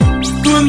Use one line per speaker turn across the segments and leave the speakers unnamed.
商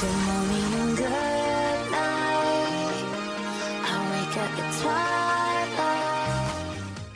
Good morning and good night. I wake up at twilight.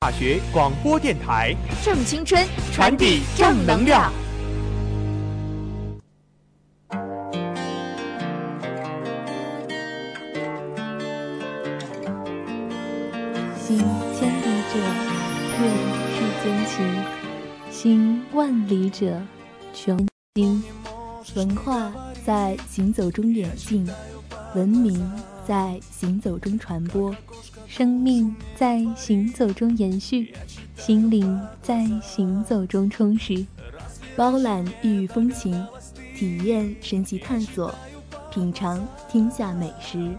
大学广播电台。
正青春，
传递正能量。
心千里者，愿世间情；心万里者，穷心。文化在行走中演进，文明在行走中传播，生命在行走中延续，心灵在行走中充实。包揽异域风情，体验神奇探索，品尝天下美食。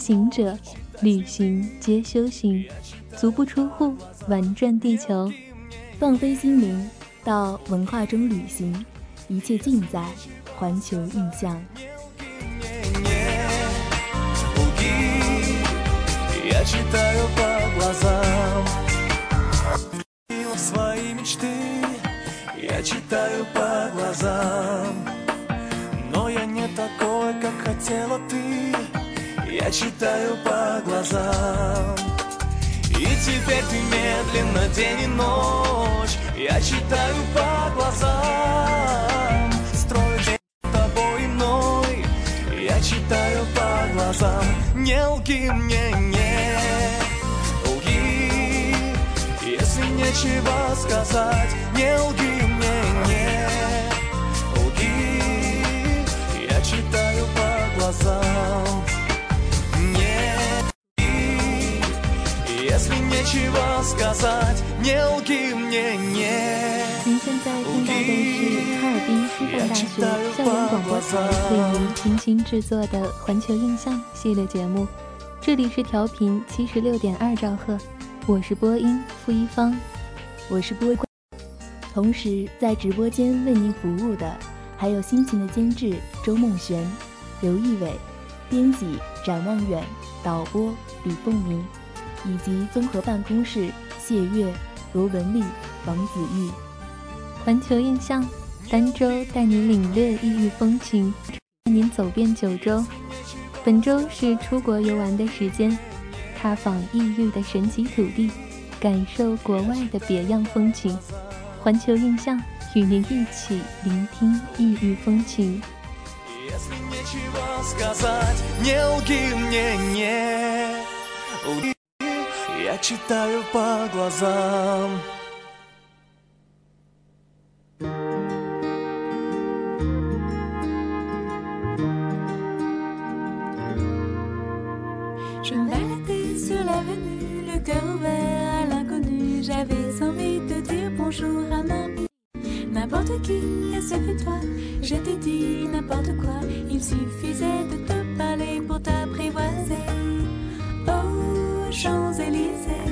行者，旅行皆修行，足不出户，玩转地球，放飞心灵，到文化中旅行，一切尽在环球印象。
Я читаю по глазам Его свои мечты Я читаю по глазам Но я не такой, как хотела ты Я читаю по глазам И теперь ты медленно день и ночь Я читаю по глазам Строю день тобой и мной Я читаю по глазам Не лги мне, не лги Если нечего сказать Не лги мне, не лги Я читаю по глазам Не лги Если нечего сказать Не лги мне, не
您现在听到的是哈尔滨师范大学校园广播台为您精心制作的《环球印象》系列节目，这里是调频七十六点二兆赫，我是播音付一方，
我是播，
同时在直播间为您服务的还有辛勤的监制周梦璇、刘义伟，编辑展望远，导播李凤鸣，以及综合办公室谢月、罗文丽、王子玉。
环球印象，儋州带您领略异域风情，带您走遍九州。本周是出国游玩的时间，踏访异域的神奇土地，感受国外的别样风情。环球印象与您一起聆听异域风情。
Если нечего сказать, не лги мне, не лги. Я читаю по глазам.
Je m'arrêtais sur l'avenue, le cœur ouvert à l'inconnu. J'avais envie de dire bonjour à n'importe n'importe qui, et ce fut toi. Je t'ai dit n'importe quoi, il suffisait de te parler pour t'apprivoiser. Aux Champs-Élysées,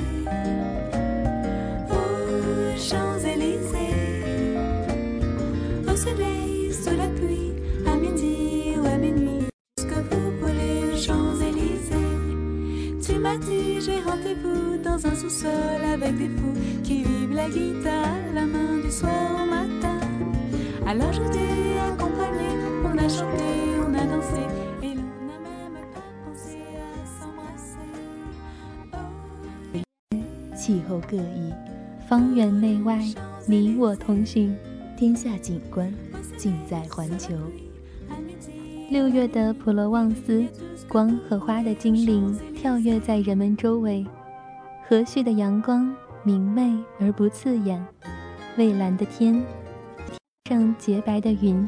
aux Champs-Élysées, au soleil, sous la pluie, fait rendez-vous dans un sous-sol avec des fous qui vivent la guitare à la main du soir au matin. Alors je t'ai accompagné, on a chanté, on a dansé et l'on n'a même pas pensé à s'embrasser. Oh.
气候各异，
方圆内外，你我同行。
天下景观尽在环球。
六月的普罗旺斯，光和花的精灵跳跃在人们周围，和煦的阳光明媚而不刺眼，蔚蓝的天，天上洁白的云，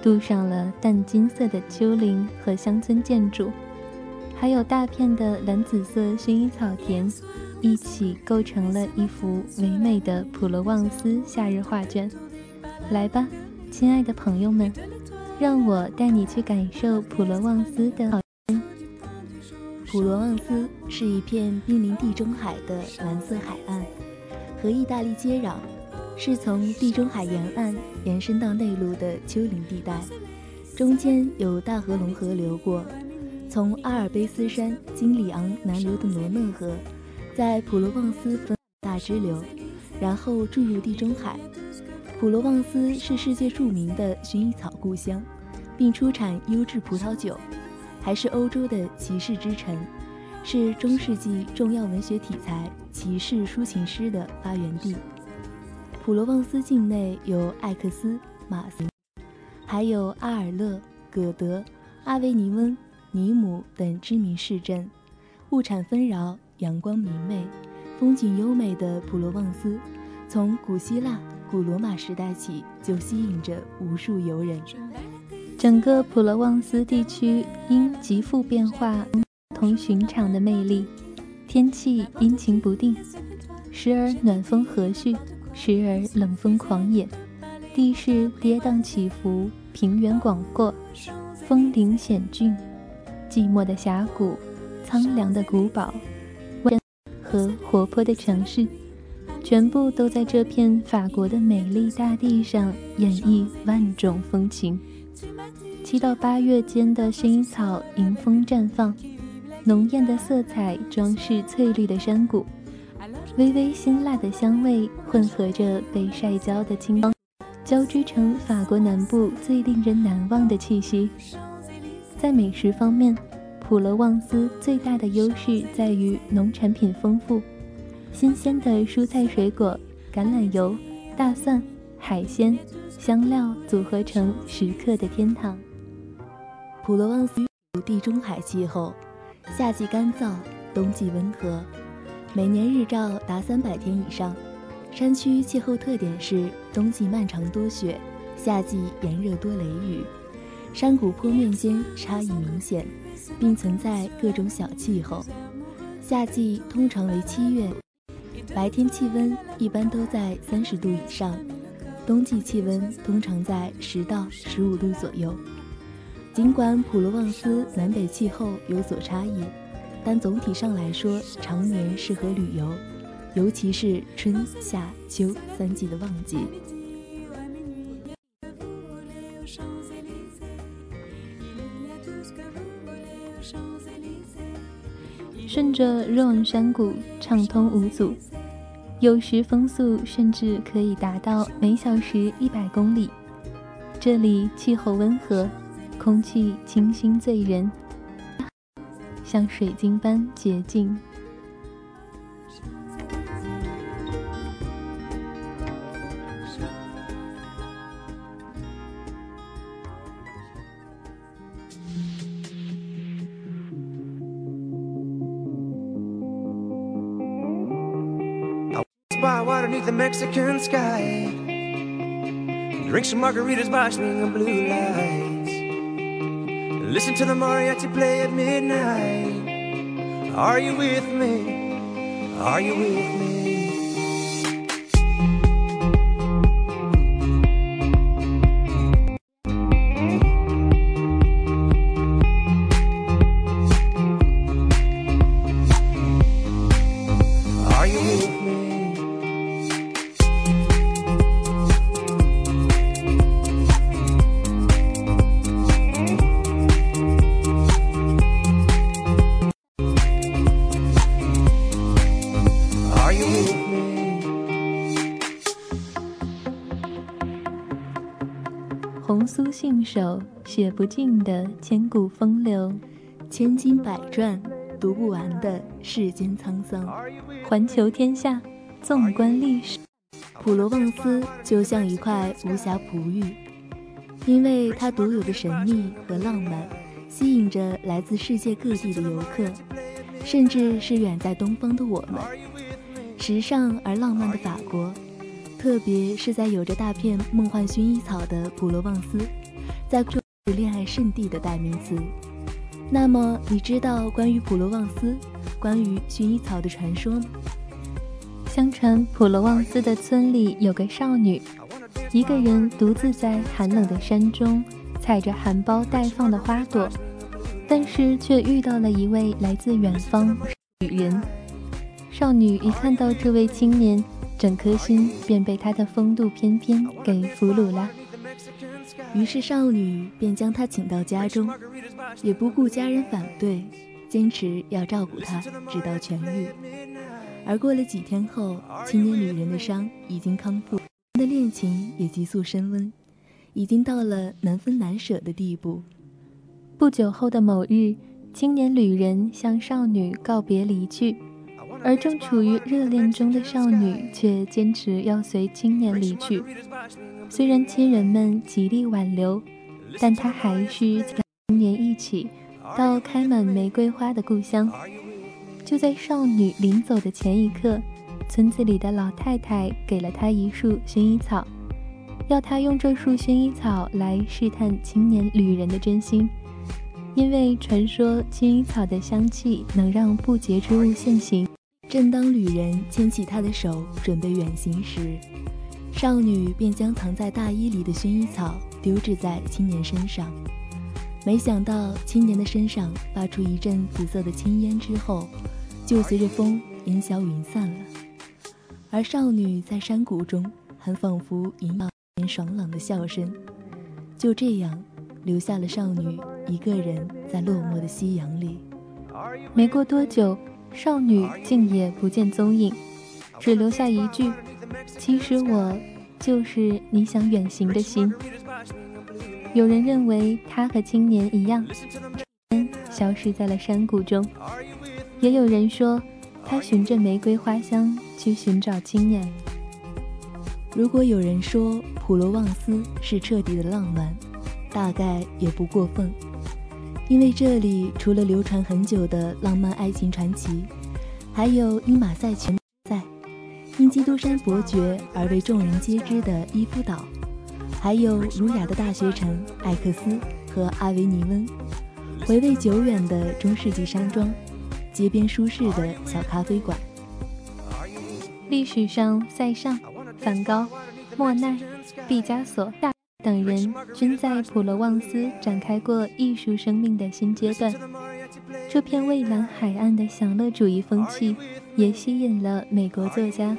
镀上了淡金色的丘陵和乡村建筑，还有大片的蓝紫色薰衣草田，一起构成了一幅唯美的普罗旺斯夏日画卷。来吧，亲爱的朋友们，让我带你去感受普罗旺斯的好。
普罗旺斯是一片濒临地中海的蓝色海岸，和意大利接壤，是从地中海沿岸延伸到内陆的丘陵地带，中间有大合龙河流过，从阿尔卑斯山经里昂南流的罗讷河，在普罗旺斯分大支流，然后注入地中海。普罗旺斯是世界著名的薰衣草故乡，并出产优质葡萄酒，还是欧洲的骑士之城，是中世纪重要文学题材骑士抒情诗的发源地。普罗旺斯境内有艾克斯、马斯，还有阿尔勒、葛德、阿维尼翁、尼姆等知名市镇，物产纷饶，阳光明媚，风景优美的普罗旺斯，从古希腊。古罗马时代起就吸引着无数游人。
整个普罗旺斯地区因极富变化、不同寻常的魅力，天气阴晴不定，时而暖风和煦，时而冷风狂野，地势跌宕起伏，平原广阔，峰顶险峻，寂寞的峡谷，苍凉的古堡，和活泼的城市。全部都在这片法国的美丽大地上演绎万种风情。七到八月间的薰衣草迎风绽放，浓艳的色彩装饰翠绿的山谷，微微辛辣的香味混合着被晒焦的青光，交织成法国南部最令人难忘的气息。在美食方面，普罗旺斯最大的优势在于农产品丰富。新鲜的蔬菜、水果、橄榄油、大蒜、海鲜、香料组合成食客的天堂。
普罗旺斯地中海气候，夏季干燥，冬季温和，每年日照达三百天以上。山区气候特点是冬季漫长多雪，夏季炎热多雷雨。山谷坡面间差异明显，并存在各种小气候。夏季通常为七月。白天气温一般都在三十度以上，冬季气温通常在十到十五度左右。尽管普罗旺斯南北气候有所差异，但总体上来说常年适合旅游，尤其是春夏秋三季的旺季。
顺着若昂山谷畅通无阻，有时风速甚至可以达到每小时一百公里。这里气候温和，空气清新醉人，像水晶般洁净。
by water neath the Mexican sky. Drink some margaritas by swing of blue lights. Listen to the mariachi play at midnight. Are you with me? Are you with me? Are you with me?
红酥信手写不尽的千古风流，
千金百转读不完的世间沧桑。
环球天下，纵观历史，
普罗旺斯就像一块无瑕璞玉，因为它独有的神秘和浪漫，吸引着来自世界各地的游客，甚至是远在东方的我们。时尚而浪漫的法国。特别是在有着大片梦幻薰衣草的普罗旺斯，在是恋爱圣地的代名词。那么，你知道关于普罗旺斯、关于薰衣草的传说吗？
相传普罗旺斯的村里有个少女，一个人独自在寒冷的山中采着含苞待放的花朵，但是却遇到了一位来自远方女人。少女一看到这位青年，整颗心便被他的风度翩翩给俘虏了。
于是少女便将他请到家中，也不顾家人反对，坚持要照顾他直到痊愈。而过了几天后，青年女人的伤已经康复，的恋情也急速升温，已经到了难分难舍的地步。
不久后的某日，青年旅人向少女告别离去。而正处于热恋中的少女却坚持要随青年离去，虽然亲人们极力挽留，但她还是青年一起到开满玫瑰花的故乡。就在少女临走的前一刻，村子里的老太太给了她一束薰衣草，要她用这束薰衣草来试探青年旅人的真心。因为传说薰衣草的香气能让不洁之物现形。
正当旅人牵起她的手准备远行时，少女便将藏在大衣里的薰衣草丢掷在青年身上。没想到青年的身上发出一阵紫色的青烟之后，就随着风烟消云散了。而少女在山谷中还仿佛吟吟爽朗的笑声。就这样，留下了少女。一个人在落寞的夕阳里，
没过多久，少女竟也不见踪影，只留下一句：“其实我就是你想远行的心。”有人认为她和青年一样，消失在了山谷中；也有人说，她循着玫瑰花香去寻找青年。
如果有人说普罗旺斯是彻底的浪漫，大概也不过分。因为这里除了流传很久的浪漫爱情传奇，还有因马赛群赛、因基督山伯爵而为众人皆知的伊夫岛，还有儒雅的大学城艾克斯和阿维尼翁，回味久远的中世纪山庄，街边舒适的小咖啡馆。
历史上，塞尚、梵高、莫奈、毕加索。等人均在普罗旺斯展开过艺术生命的新阶段。这片蔚蓝海岸的享乐主义风气，也吸引了美国作家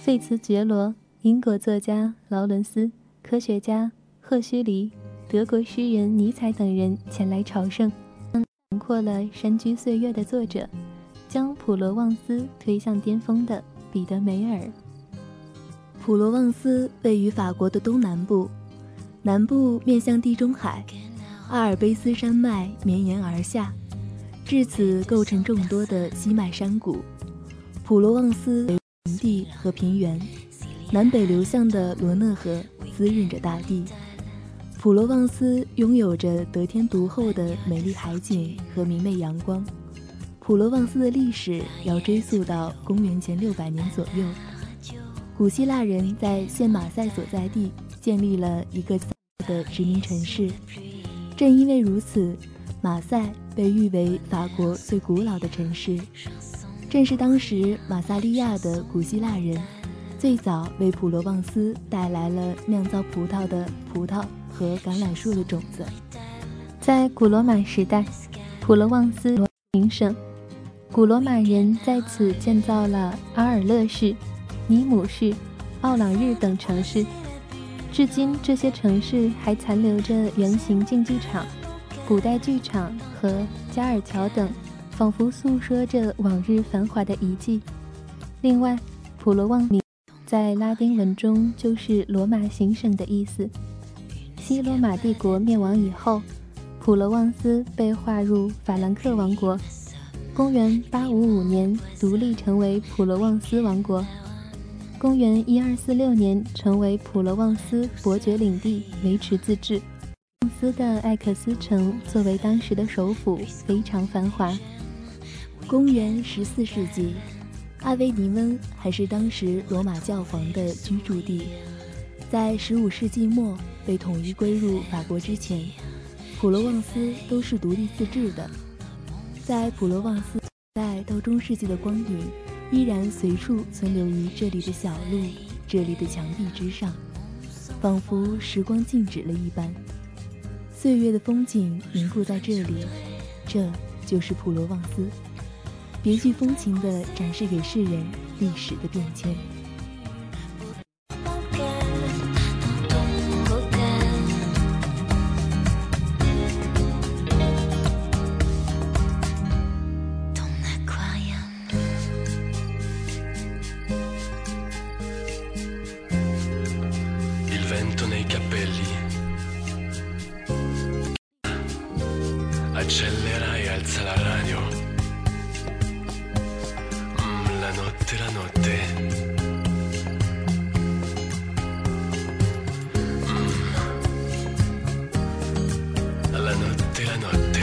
费茨杰罗、英国作家劳伦斯、科学家赫胥黎、德国诗人尼采等人前来朝圣。囊括了山居岁月的作者，将普罗旺斯推向巅峰的彼得梅尔。
普罗旺斯位于法国的东南部，南部面向地中海，阿尔卑斯山脉绵延而下，至此构成众多的西脉山谷。普罗旺斯平地和平原，南北流向的罗讷河滋润着大地。普罗旺斯拥有着得天独厚的美丽海景和明媚阳光。普罗旺斯的历史要追溯到公元前六百年左右。古希腊人在现马赛所在地建立了一个的殖民城市。正因为如此，马赛被誉为法国最古老的城市。正是当时马萨利亚的古希腊人最早为普罗旺斯带来了酿造葡萄的葡萄和橄榄树的种子。
在古罗马时代，普罗旺斯行省，古罗马人在此建造了阿尔勒市。尼姆市、奥朗日等城市，至今这些城市还残留着圆形竞技场、古代剧场和加尔桥等，仿佛诉说着往日繁华的遗迹。另外，普罗旺尼在拉丁文中就是罗马行省的意思，西罗马帝国灭亡以后，普罗旺斯被划入法兰克王国，公元855年独立成为普罗旺斯王国，公元1246年成为普罗旺斯伯爵领地，维持自治。普罗旺斯的艾克斯城作为当时的首府，非常繁华。
公元14世纪，阿维尼翁还是当时罗马教皇的居住地。在15世纪末被统一归入法国之前，普罗旺斯都是独立自治的。在普罗旺斯代到中世纪的光影，依然随处存留于这里的小路、这里的墙壁之上，仿佛时光静止了一般。岁月的风景凝固在这里，这就是普罗旺斯，别具风情地展示给世人历史的变迁。
Il vento nei capelli. Accelera e alza la radio. Mm, la notte, la notte. Mm. La notte, la notte.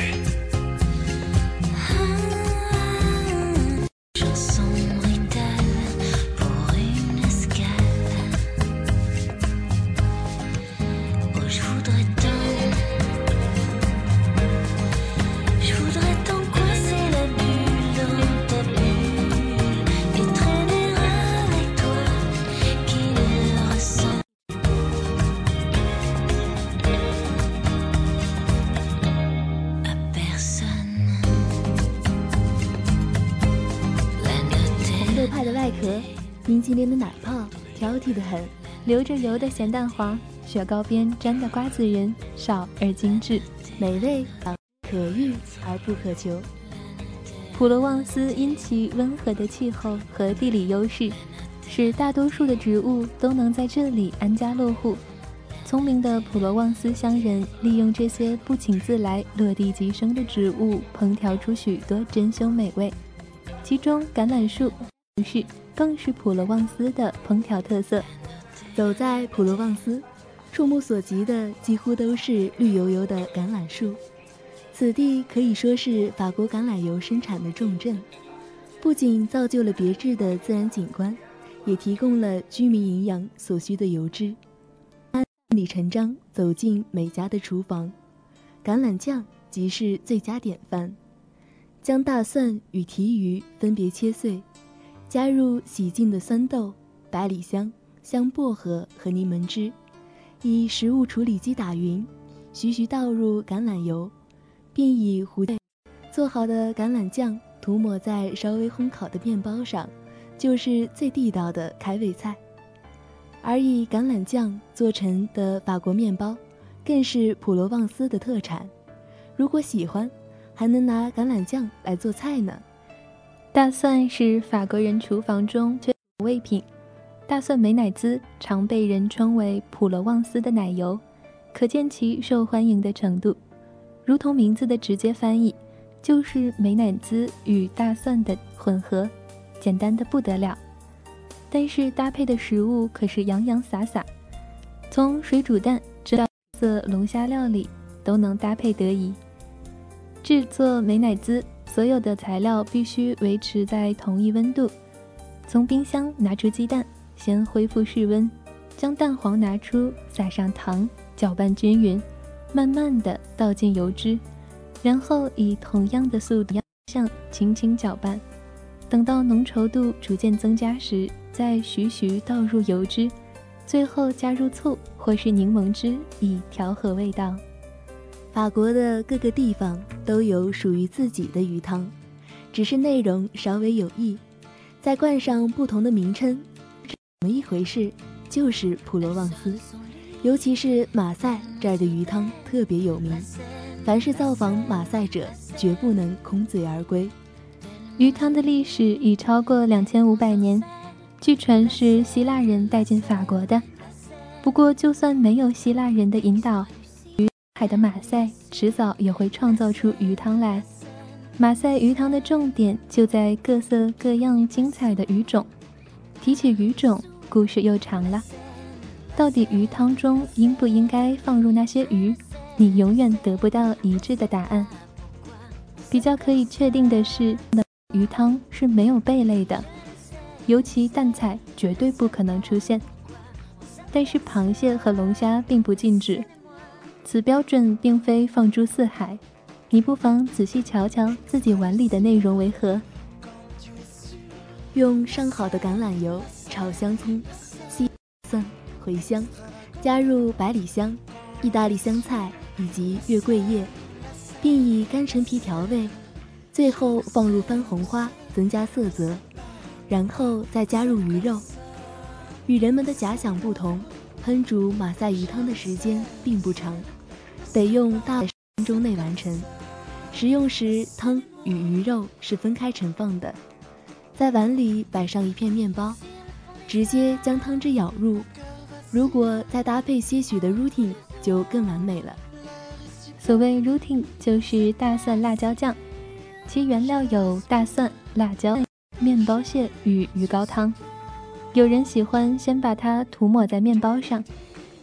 Chanson brutale pour une escale. Oh, je voudrais tant. Je voudrais tant coincer la bulle dans ta bulle et traîner avec toi qui ne ressent. À personne.
红豆派的外壳，冰淇淋的奶泡，挑剔的很，流着油的咸蛋黄，雪糕边沾的瓜子仁，少而精致，
美味而可遇而不可求。
普罗旺斯因其温和的气候和地理优势，使大多数的植物都能在这里安家落户。聪明的普罗旺斯乡人利用这些不请自来、落地即生的植物，烹调出许多珍馐美味。其中橄榄树、是更是普罗旺斯的烹调特色。
走在普罗旺斯，触目所及的几乎都是绿油油的橄榄树。此地可以说是法国橄榄油生产的重镇，不仅造就了别致的自然景观，也提供了居民营养所需的油脂。按顺理成章走进每家的厨房，橄榄酱即是最佳典范。将大蒜与提鱼分别切碎，加入洗净的酸豆、百里香、香薄荷和柠檬汁，以食物处理机打匀，徐徐倒入橄榄油，并以胡椒做好的橄榄酱涂抹在稍微烘烤的面包上，就是最地道的开胃菜。而以橄榄酱做成的法国面包，更是普罗旺斯的特产。如果喜欢，还能拿橄榄酱来做菜呢。
大蒜是法国人厨房中最美味品。大蒜美乃滋常被人称为普罗旺斯的奶油，可见其受欢迎的程度。如同名字的直接翻译，就是美乃滋与大蒜的混合，简单的不得了。但是搭配的食物可是洋洋洒洒，从水煮蛋直到色龙虾料理都能搭配得宜。制作美乃滋，所有的材料必须维持在同一温度。从冰箱拿出鸡蛋，先恢复室温，将蛋黄拿出，撒上糖，搅拌均匀，慢慢的倒进油脂，然后以同样的速度上轻轻搅拌。等到浓稠度逐渐增加时，再徐徐倒入油脂，最后加入醋或是柠檬汁以调和味道。
法国的各个地方都有属于自己的鱼汤，只是内容稍微有异，再冠上不同的名称，怎么一回事？就是普罗旺斯，尤其是马赛这儿的鱼汤特别有名。凡是造访马赛者，绝不能空嘴而归。
鱼汤的历史已超过两千五百年，据传是希腊人带进法国的。不过，就算没有希腊人的引导，于海的马赛迟早也会创造出鱼汤来。马赛鱼汤的重点就在各色各样精彩的鱼种。提起鱼种，故事又长了。到底鱼汤中应不应该放入那些鱼？你永远得不到一致的答案。比较可以确定的是，鱼汤是没有贝类的，尤其蛋菜绝对不可能出现。但是螃蟹和龙虾并不禁止，此标准并非放诸四海。你不妨仔细瞧瞧自己碗里的内容为何。
用上好的橄榄油炒香葱、西蒜、茴香，加入百里香、意大利香菜以及月桂叶，并以干陈皮调味，最后放入番红花增加色泽，然后再加入鱼肉。与人们的假想不同，烹煮马赛鱼汤的时间并不长，得用大分钟内完成。食用时，汤与鱼肉是分开盛放的，在碗里摆上一片面包，直接将汤汁舀入。如果再搭配些许的 routine，就更完美了。
所谓 routine 就是大蒜辣椒酱，其原料有大蒜、辣椒、面包屑与鱼高汤。有人喜欢先把它涂抹在面包上，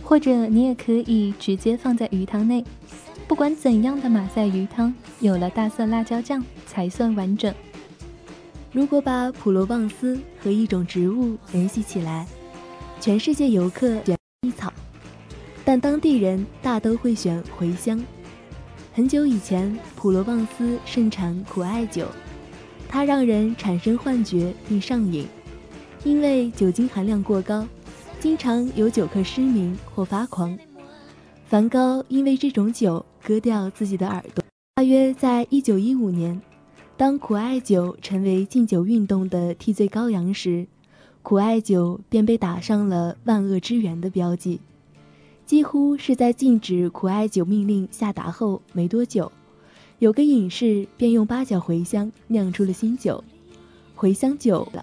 或者你也可以直接放在鱼汤内。不管怎样的马赛鱼汤，有了大蒜辣椒酱才算完整。
如果把普罗旺斯和一种植物联系起来，全世界游客选一草，但当地人大都会选茴香。很久以前，普罗旺斯盛产苦艾酒，它让人产生幻觉并上瘾。因为酒精含量过高，经常有酒客失明或发狂。梵高因为这种酒割掉自己的耳朵。大约在1915年，当苦艾酒成为禁酒运动的替罪羔羊时，苦艾酒便被打上了万恶之源的标记。几乎是在禁止苦艾酒命令下达后没多久，有个隐士便用八角茴香酿出了新酒——茴香酒了。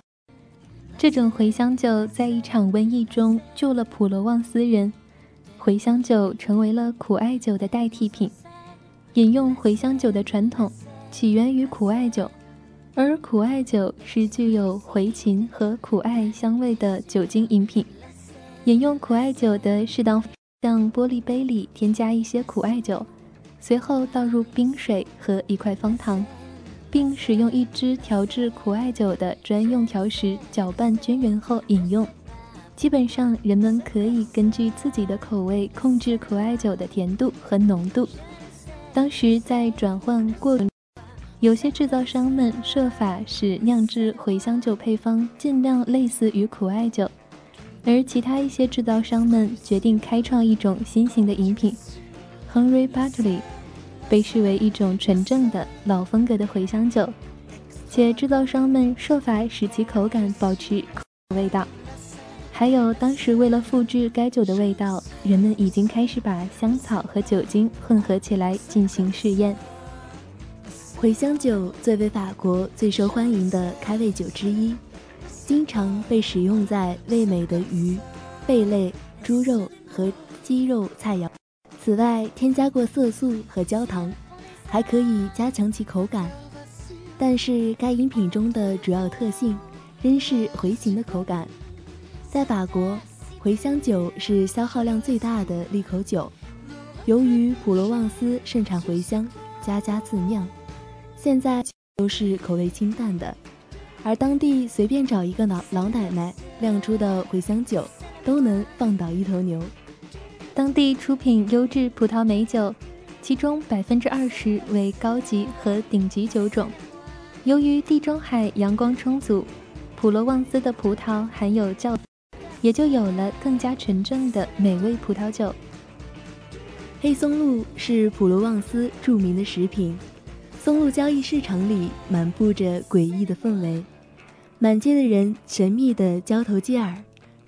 这种茴香酒在一场瘟疫中救了普罗旺斯人，茴香酒成为了苦艾酒的代替品。饮用茴香酒的传统起源于苦艾酒，而苦艾酒是具有茴芹和苦艾香味的酒精饮品。饮用苦艾酒的适当向玻璃杯里添加一些苦艾酒，随后倒入冰水和一块方糖。并使用一支调制苦艾酒的专用调匙搅拌均匀后饮用。基本上，人们可以根据自己的口味控制苦艾酒的甜度和浓度。当时在转换过程，有些制造商们设法使酿制茴香酒配方尽量类似于苦艾酒，而其他一些制造商们决定开创一种新型的饮品。Henry Bartley。被视为一种纯正的老风格的茴香酒，且制造商们设法使其口感保持味道。还有，当时为了复制该酒的味道，人们已经开始把香草和酒精混合起来进行试验。
茴香酒作为法国最受欢迎的开胃酒之一，经常被使用在味美的鱼、贝类、猪肉和鸡肉菜肴。此外，添加过色素和焦糖，还可以加强其口感。但是，该饮品中的主要特性仍是茴芹的口感。在法国，茴香酒是消耗量最大的利口酒。由于普罗旺斯盛产茴香，家家自酿，现在都是口味清淡的，而当地随便找一个老老奶奶酿出的茴香酒，都能放倒一头牛。
当地出品优质葡萄美酒，其中百分之二十为高级和顶级酒种。由于地中海阳光充足，普罗旺斯的葡萄含有较，也就有了更加纯正的美味葡萄酒。
黑松露是普罗旺斯著名的食品，松露交易市场里满布着诡异的氛围，满街的人神秘的交头接耳，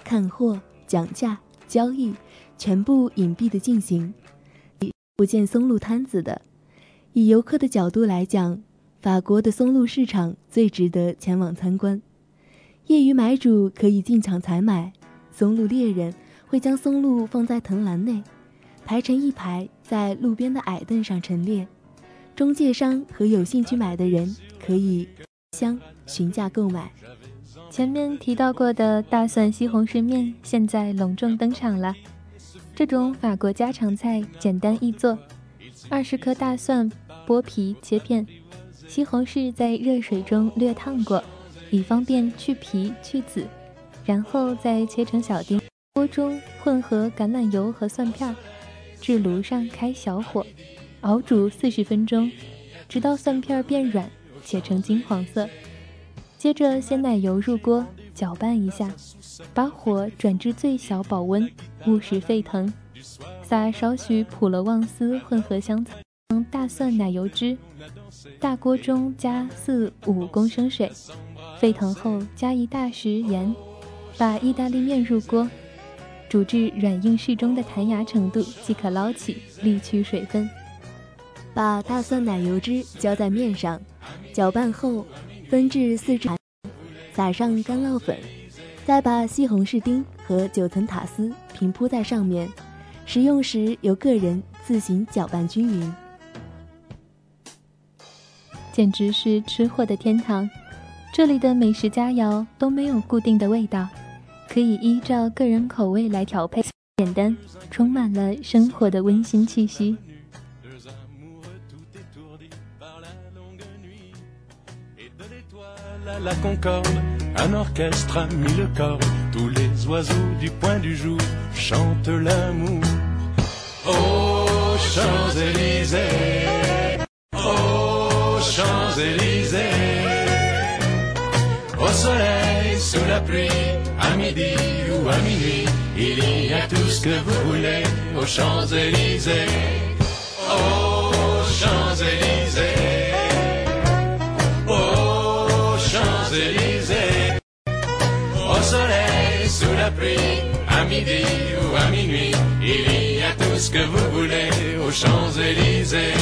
看货、讲价、交易。全部隐蔽的进行，不见松露摊子的。以游客的角度来讲，法国的松露市场最值得前往参观。业余买主可以进场采买，松露猎人会将松露放在藤篮内，排成一排，在路边的矮凳上陈列。中介商和有兴趣买的人可以相询价购买。
前面提到过的大蒜西红柿面现在隆重登场了。这种法国家常菜简单易做：二十颗大蒜剥皮切片，西红柿在热水中略烫过，以方便去皮去籽，然后再切成小丁。锅中混合橄榄油和蒜片，至炉上开小火，熬煮四十分钟，直到蒜片变软且呈金黄色。接着鲜奶油入锅，搅拌一下，把火转至最小保温，勿使沸腾。撒少许普罗旺斯混合香草、大蒜奶油汁。大锅中加四五公升水，沸腾后加一大匙盐，把意大利面入锅。煮至软硬适中的弹牙程度即可捞起，沥去水分。
把大蒜奶油汁浇在面上，搅拌后分至四只盘，撒上干酪粉，再把西红柿丁和九层塔丝平铺在上面。食用时由个人自行搅拌均匀，
简直是吃货的天堂。这里的美食佳肴都没有固定的味道。可以依照个人口味来调配，简单，充满了生活的温馨气息。
À la Concorde, un orchestre a mis le corps. Tous les oiseaux du point du jour chantent l'amour. Aux Champs-Élysées, aux Champs-Élysées, au soleil, sous la pluie, à midi ou à minuit, il y a tout ce que vous voulez aux Champs-Élysées. Aux Champs-Élysées. Aux Champs-Élysées. Au soleil, sous la pluie, à midi ou à minuit, il y a tout ce que vous voulez aux Champs-Élysées.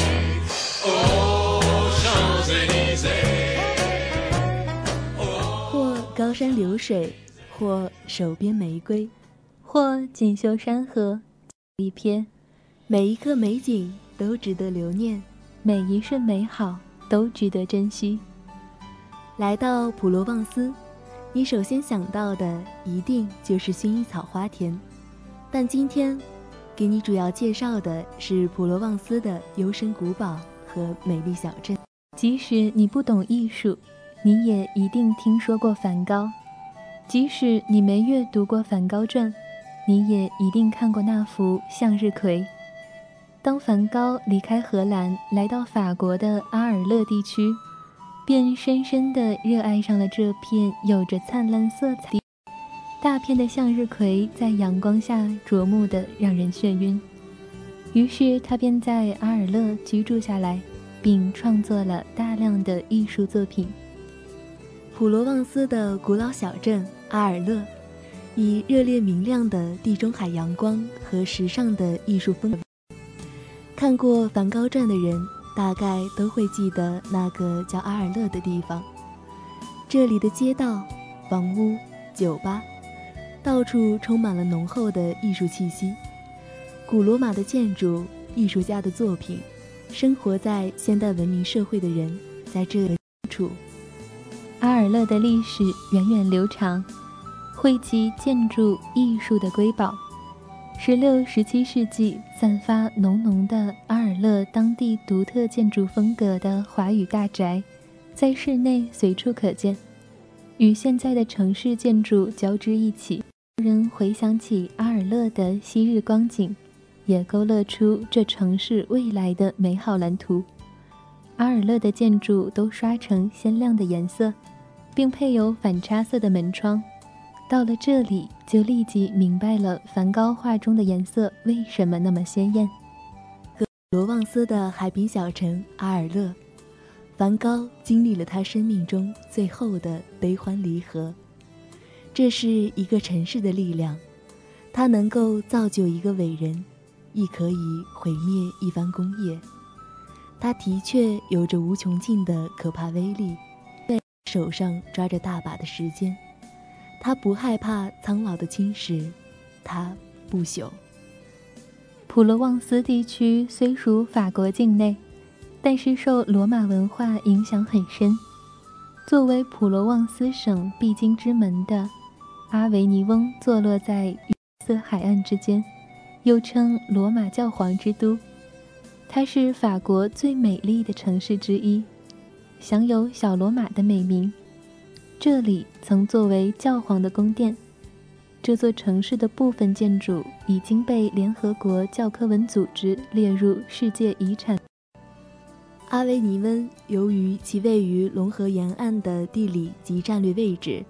Aux Champs-Élysées.
或高山流水，或手边玫瑰，
或锦绣山河一瞥，
每一刻美景都值得留念。
每一瞬美好都值得珍惜。
来到普罗旺斯，你首先想到的一定就是薰衣草花田，但今天给你主要介绍的是普罗旺斯的幽深古堡和美丽小镇。
即使你不懂艺术，你也一定听说过梵高；即使你没阅读过《梵高传》，你也一定看过那幅《向日葵》。当梵高离开荷兰，来到法国的阿尔勒地区，便深深地热爱上了这片有着灿烂色彩、大片的向日葵，在阳光下灼目的让人眩晕。于是他便在阿尔勒居住下来，并创作了大量的艺术作品。
普罗旺斯的古老小镇阿尔勒，以热烈明亮的地中海阳光和时尚的艺术风格。看过《梵高传》的人，大概都会记得那个叫阿尔勒的地方。这里的街道、房屋、酒吧，到处充满了浓厚的艺术气息。古罗马的建筑、艺术家的作品，生活在现代文明社会的人，在这里处。
阿尔勒的历史源远流长，汇集建筑艺术的瑰宝。十六、十七世纪散发浓浓的阿尔勒当地独特建筑风格的华语大宅，在市内随处可见，与现在的城市建筑交织一起，让人回想起阿尔勒的昔日光景，也勾勒出这城市未来的美好蓝图。阿尔勒的建筑都刷成鲜亮的颜色，并配有反差色的门窗。到了这里，就立即明白了梵高画中的颜色为什么那么鲜艳。
罗旺斯的海滨小城阿尔勒，梵高经历了他生命中最后的悲欢离合。这是一个城市的力量，它能够造就一个伟人，亦可以毁灭一番工业。它的确有着无穷尽的可怕威力，对，手上抓着大把的时间。他不害怕苍老的侵蚀，他
不朽。
普罗旺斯地区虽属法国境内，但是受罗马文化影响很深。作为普罗旺斯省必经之门的阿维尼翁，坐落在与色海岸之间，又称罗马教皇之都。它是法国最美丽的城市之一，享有“小罗马”的美名。这里曾作为教皇的宫殿。这座城市的部分建筑已经被联合国教科文组织列入世界遗产。
阿维尼翁由于其位于龙河沿岸的地理及战略位置，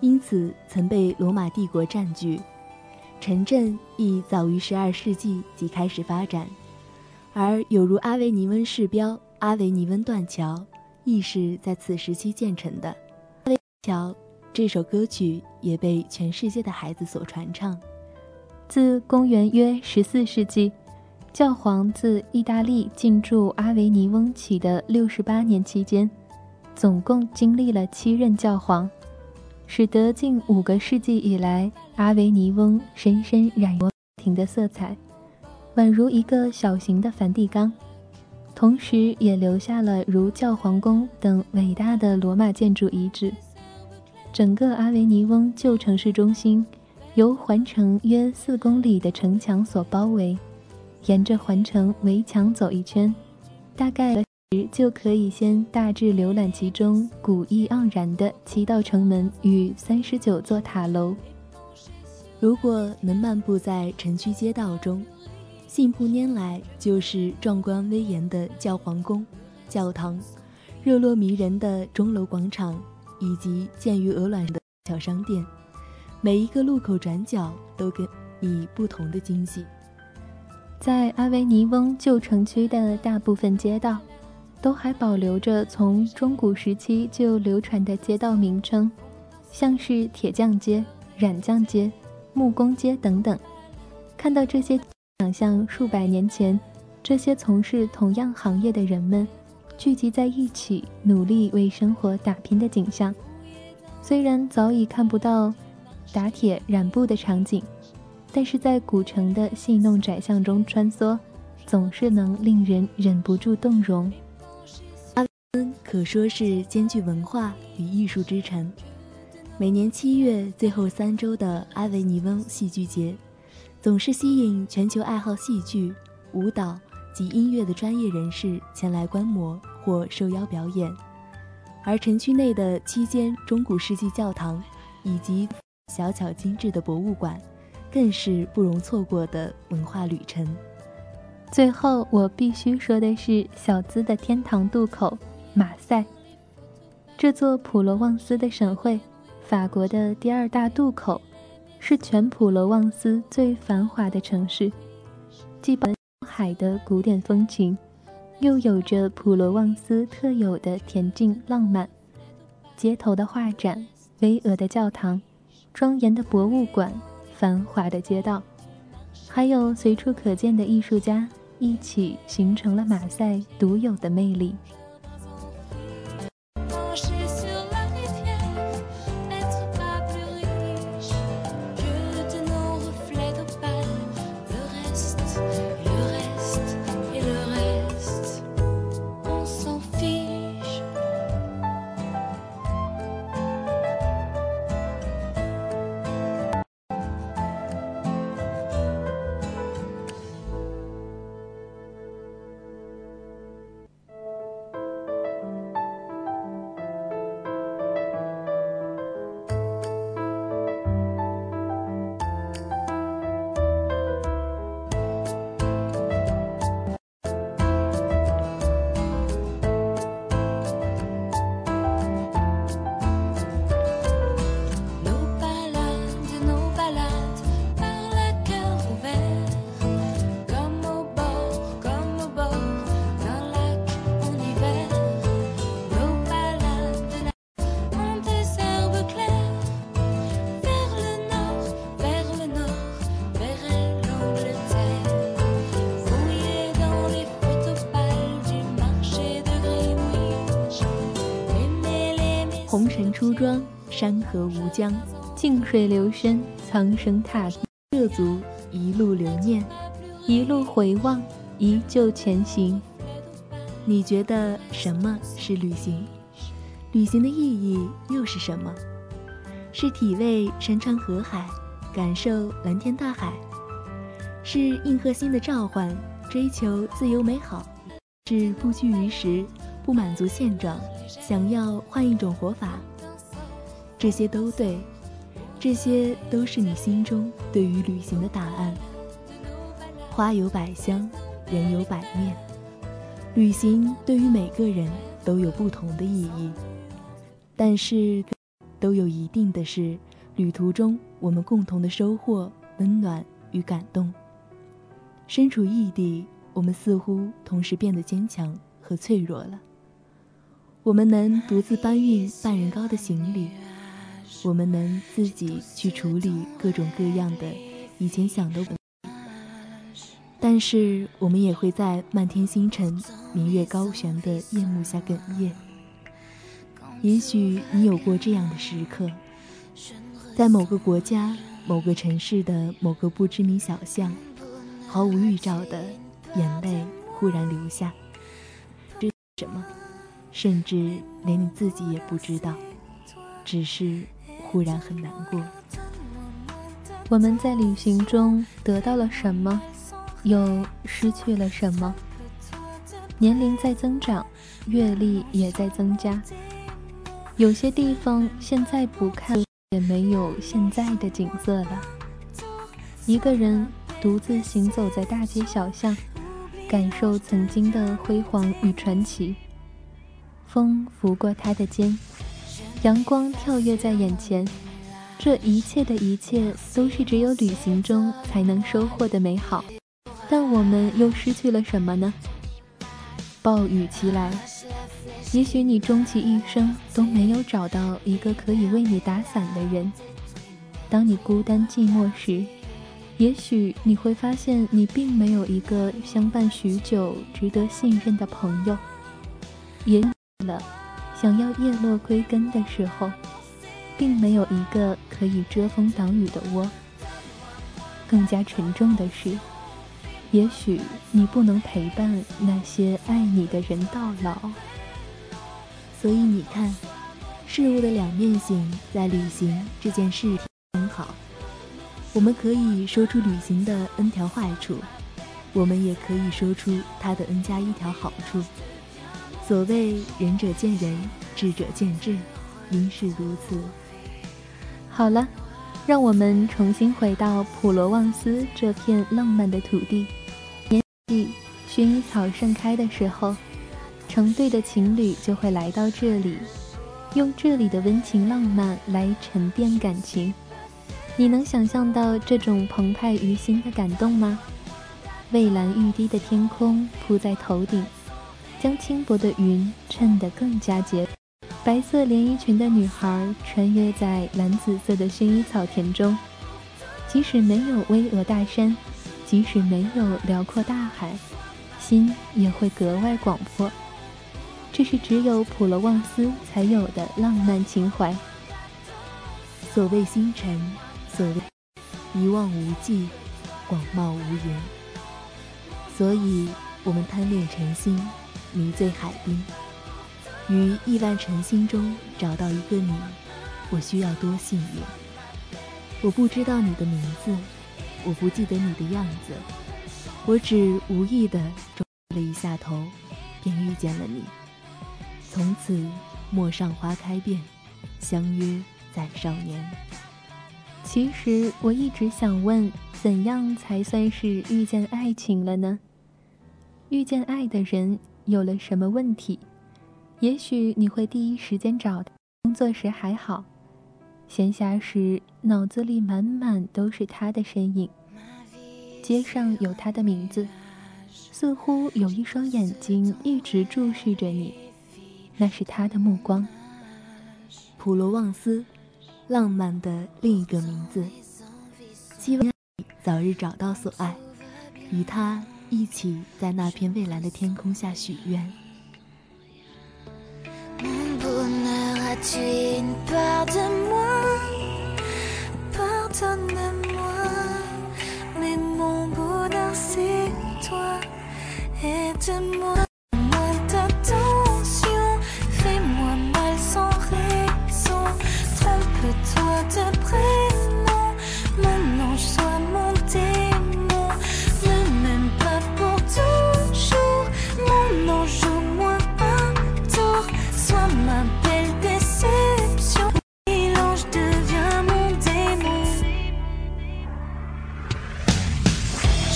因此曾被罗马帝国占据。城镇亦早于12世纪即开始发展，而有如阿维尼翁市标阿维尼翁断桥，亦是在此时期建成的。阿维桥。这首歌曲也被全世界的孩子所传唱。
自公元约十四世纪，教皇自意大利进驻阿维尼翁起的六十八年期间，总共经历了七任教皇，使得近五个世纪以来，阿维尼翁深深染有庭的色彩，宛如一个小型的梵蒂冈，同时也留下了如教皇宫等伟大的罗马建筑遗址。整个阿维尼翁旧城市中心由环城约四公里的城墙所包围，沿着环城围墙走一圈，大概时就可以先大致浏览其中古意盎然的七道城门与三十九座塔楼。
如果能漫步在城区街道中，信步拈来就是壮观威严的教皇宫、教堂，热络迷人的钟楼广场。以及建于鹅卵石的小商店，每一个路口转角都给你不同的惊喜。
在阿维尼翁旧城区的大部分街道，都还保留着从中古时期就流传的街道名称，像是铁匠街、染匠街、木工街等等。看到这些，想象数百年前，这些从事同样行业的人们。聚集在一起，努力为生活打拼的景象，虽然早已看不到打铁染布的场景，但是在古城的戏弄窄巷中穿梭，总是能令人忍不住动容。
阿维恩可说是兼具文化与艺术之城。每年七月最后三周的阿维尼翁戏剧节，总是吸引全球爱好戏剧、舞蹈。及音乐的专业人士前来观摩或受邀表演，而城区内的七间中古世纪教堂以及小巧精致的博物馆，更是不容错过的文化旅程。
最后，我必须说的是小资的天堂渡口马赛，这座普罗旺斯的省会，法国的第二大渡口，是全普罗旺斯最繁华的城市，既保。海的古典风情，又有着普罗旺斯特有的恬静浪漫。街头的画展、巍峨的教堂、庄严的博物馆、繁华的街道，还有随处可见的艺术家，一起形成了马赛独有的魅力。
红尘出庄，山河无疆，
静水流深，苍生踏
涉足
一路留念，一路回望，一旧前行。你觉得什么是旅行？旅行的意义又是什么？是体味山川河海，感受蓝天大海，是应和心的召唤，追求自由美好，是不拘于时，不满足现状，想要换一种活法。这些都对，这些都是你心中对于旅行的答案。花有百香，人有百面。旅行对于每个人都有不同的意义，但是都有一定的是旅途中我们共同的收获、温暖与感动。身处异地，我们似乎同时变得坚强和脆弱了。我们能独自搬运半人高的行李，我们能自己去处理各种各样的以前想的。但是我们也会在漫天星辰、明月高悬的夜幕下哽咽。也许你有过这样的时刻，在某个国家、某个城市的某个不知名小巷，毫无预兆的眼泪忽然流下。这什么？甚至连你自己也不知道，只是忽然很难过。
我们在旅行中得到了什么？又失去了什么？年龄在增长，阅历也在增加。有些地方现在不看，也没有现在的景色了。一个人独自行走在大街小巷，感受曾经的辉煌与传奇。风拂过他的肩，阳光跳跃在眼前。这一切的一切，都是只有旅行中才能收获的美好。但我们又失去了什么呢？暴雨袭来，也许你终其一生都没有找到一个可以为你打伞的人。当你孤单寂寞时，也许你会发现你并没有一个相伴许久、值得信任的朋友。也了，想要叶落归根的时候，并没有一个可以遮风挡雨的窝。更加沉重的是。也许你不能陪伴那些爱你的人到老，
所以你看，事物的两面性在旅行这件事很好。我们可以说出旅行的 n 条坏处，我们也可以说出它的 n 加一条好处。所谓仁者见仁，智者见智，应是如此。
好了，让我们重新回到普罗旺斯这片浪漫的土地。即薰衣草盛开的时候，成对的情侣就会来到这里，用这里的温情浪漫来沉淀感情。你能想象到这种澎湃于心的感动吗？蔚蓝欲滴的天空铺在头顶，将轻薄的云衬得更加洁。白色连衣裙的女孩穿越在蓝紫色的薰衣草田中，即使没有巍峨大山。即使没有辽阔大海，心也会格外广阔。这是只有普罗旺斯才有的浪漫情怀。
所谓星辰，所谓一望无际，广袤无垠。所以，我们贪恋晨星，迷醉海滨，于亿万晨星中找到一个你，我需要多幸运！我不知道你的名字。我不记得你的样子，我只无意的转了一下头，便遇见了你。从此，陌上花开遍，相约在少年。
其实我一直想问，怎样才算是遇见爱情了呢？遇见爱的人有了什么问题？也许你会第一时间找他。工作时还好。闲暇时，脑子里满满都是他的身影。街上有他的名字，似乎有一双眼睛一直注视着你，那是他的目光。
普罗旺斯，浪漫的另一个名字。希望你早日找到所爱，与他一起在那片蔚蓝的天空下许愿。
tu es une part de moi Pardonne-moi mes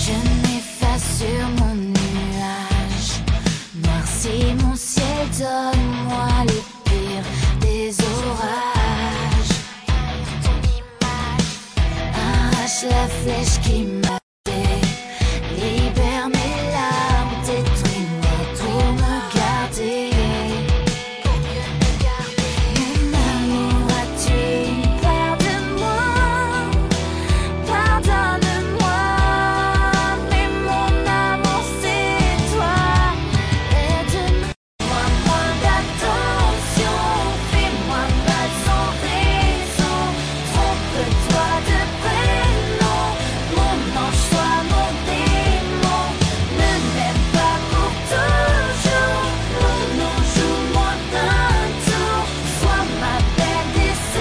Je m'efface sur mon nuage. Noircis mon ciel, donne-moi le pire des orages. Arrache la flèche qui m'appelle. Libère mes larmes, détruis mes pour me garder. Mon amour as-tu Pardonne-moi. Pardonne-moi, mais mon amour c'est toi. Aide-moi, moi d'attention, fais-moi pas sans raison. Trompe-toi de prénom, mon ange soit mon démon. Ne m'aime pas pour toujours, l'on en joue moins d'un tour. Sois ma belle déception.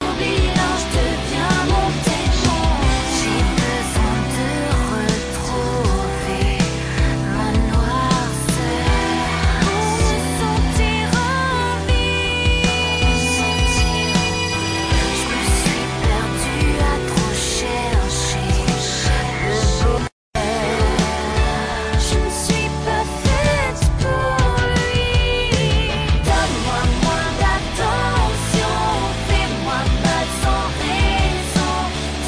Oublie l'ange devient mon démon J'ai besoin de retrouver ma noirceur Pour me sentir en vie Je me suis perdue à trop chercher le bonheur Je ne suis pas faite pour lui Donne-moi moins d'attention, fais-moi pas sans raison.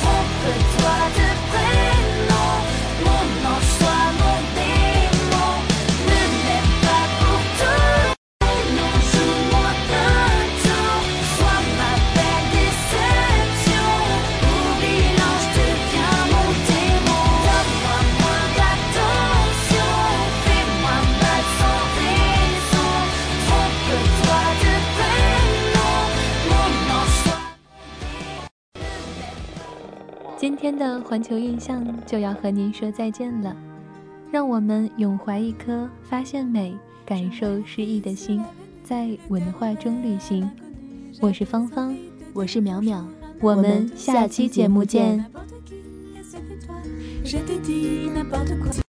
Trompe-toi de prénom, mon ange soit mon démon. Ne m'aime pas pour tout, non, joue-moi un tour. Sois ma belle déception, oublie l'ange devient mon démon. Donne-moi moins d'attention, fais-moi pas sans raison. Trompe-toi de prénom, mon ange soit.
今天的环球印象就要和您说再见了，让我们永怀一颗发现美、感受诗意的心，在文化中旅行。我是芳芳，
我是淼淼，
我们下期节目见。
Je t'ai dit n'importe quoi.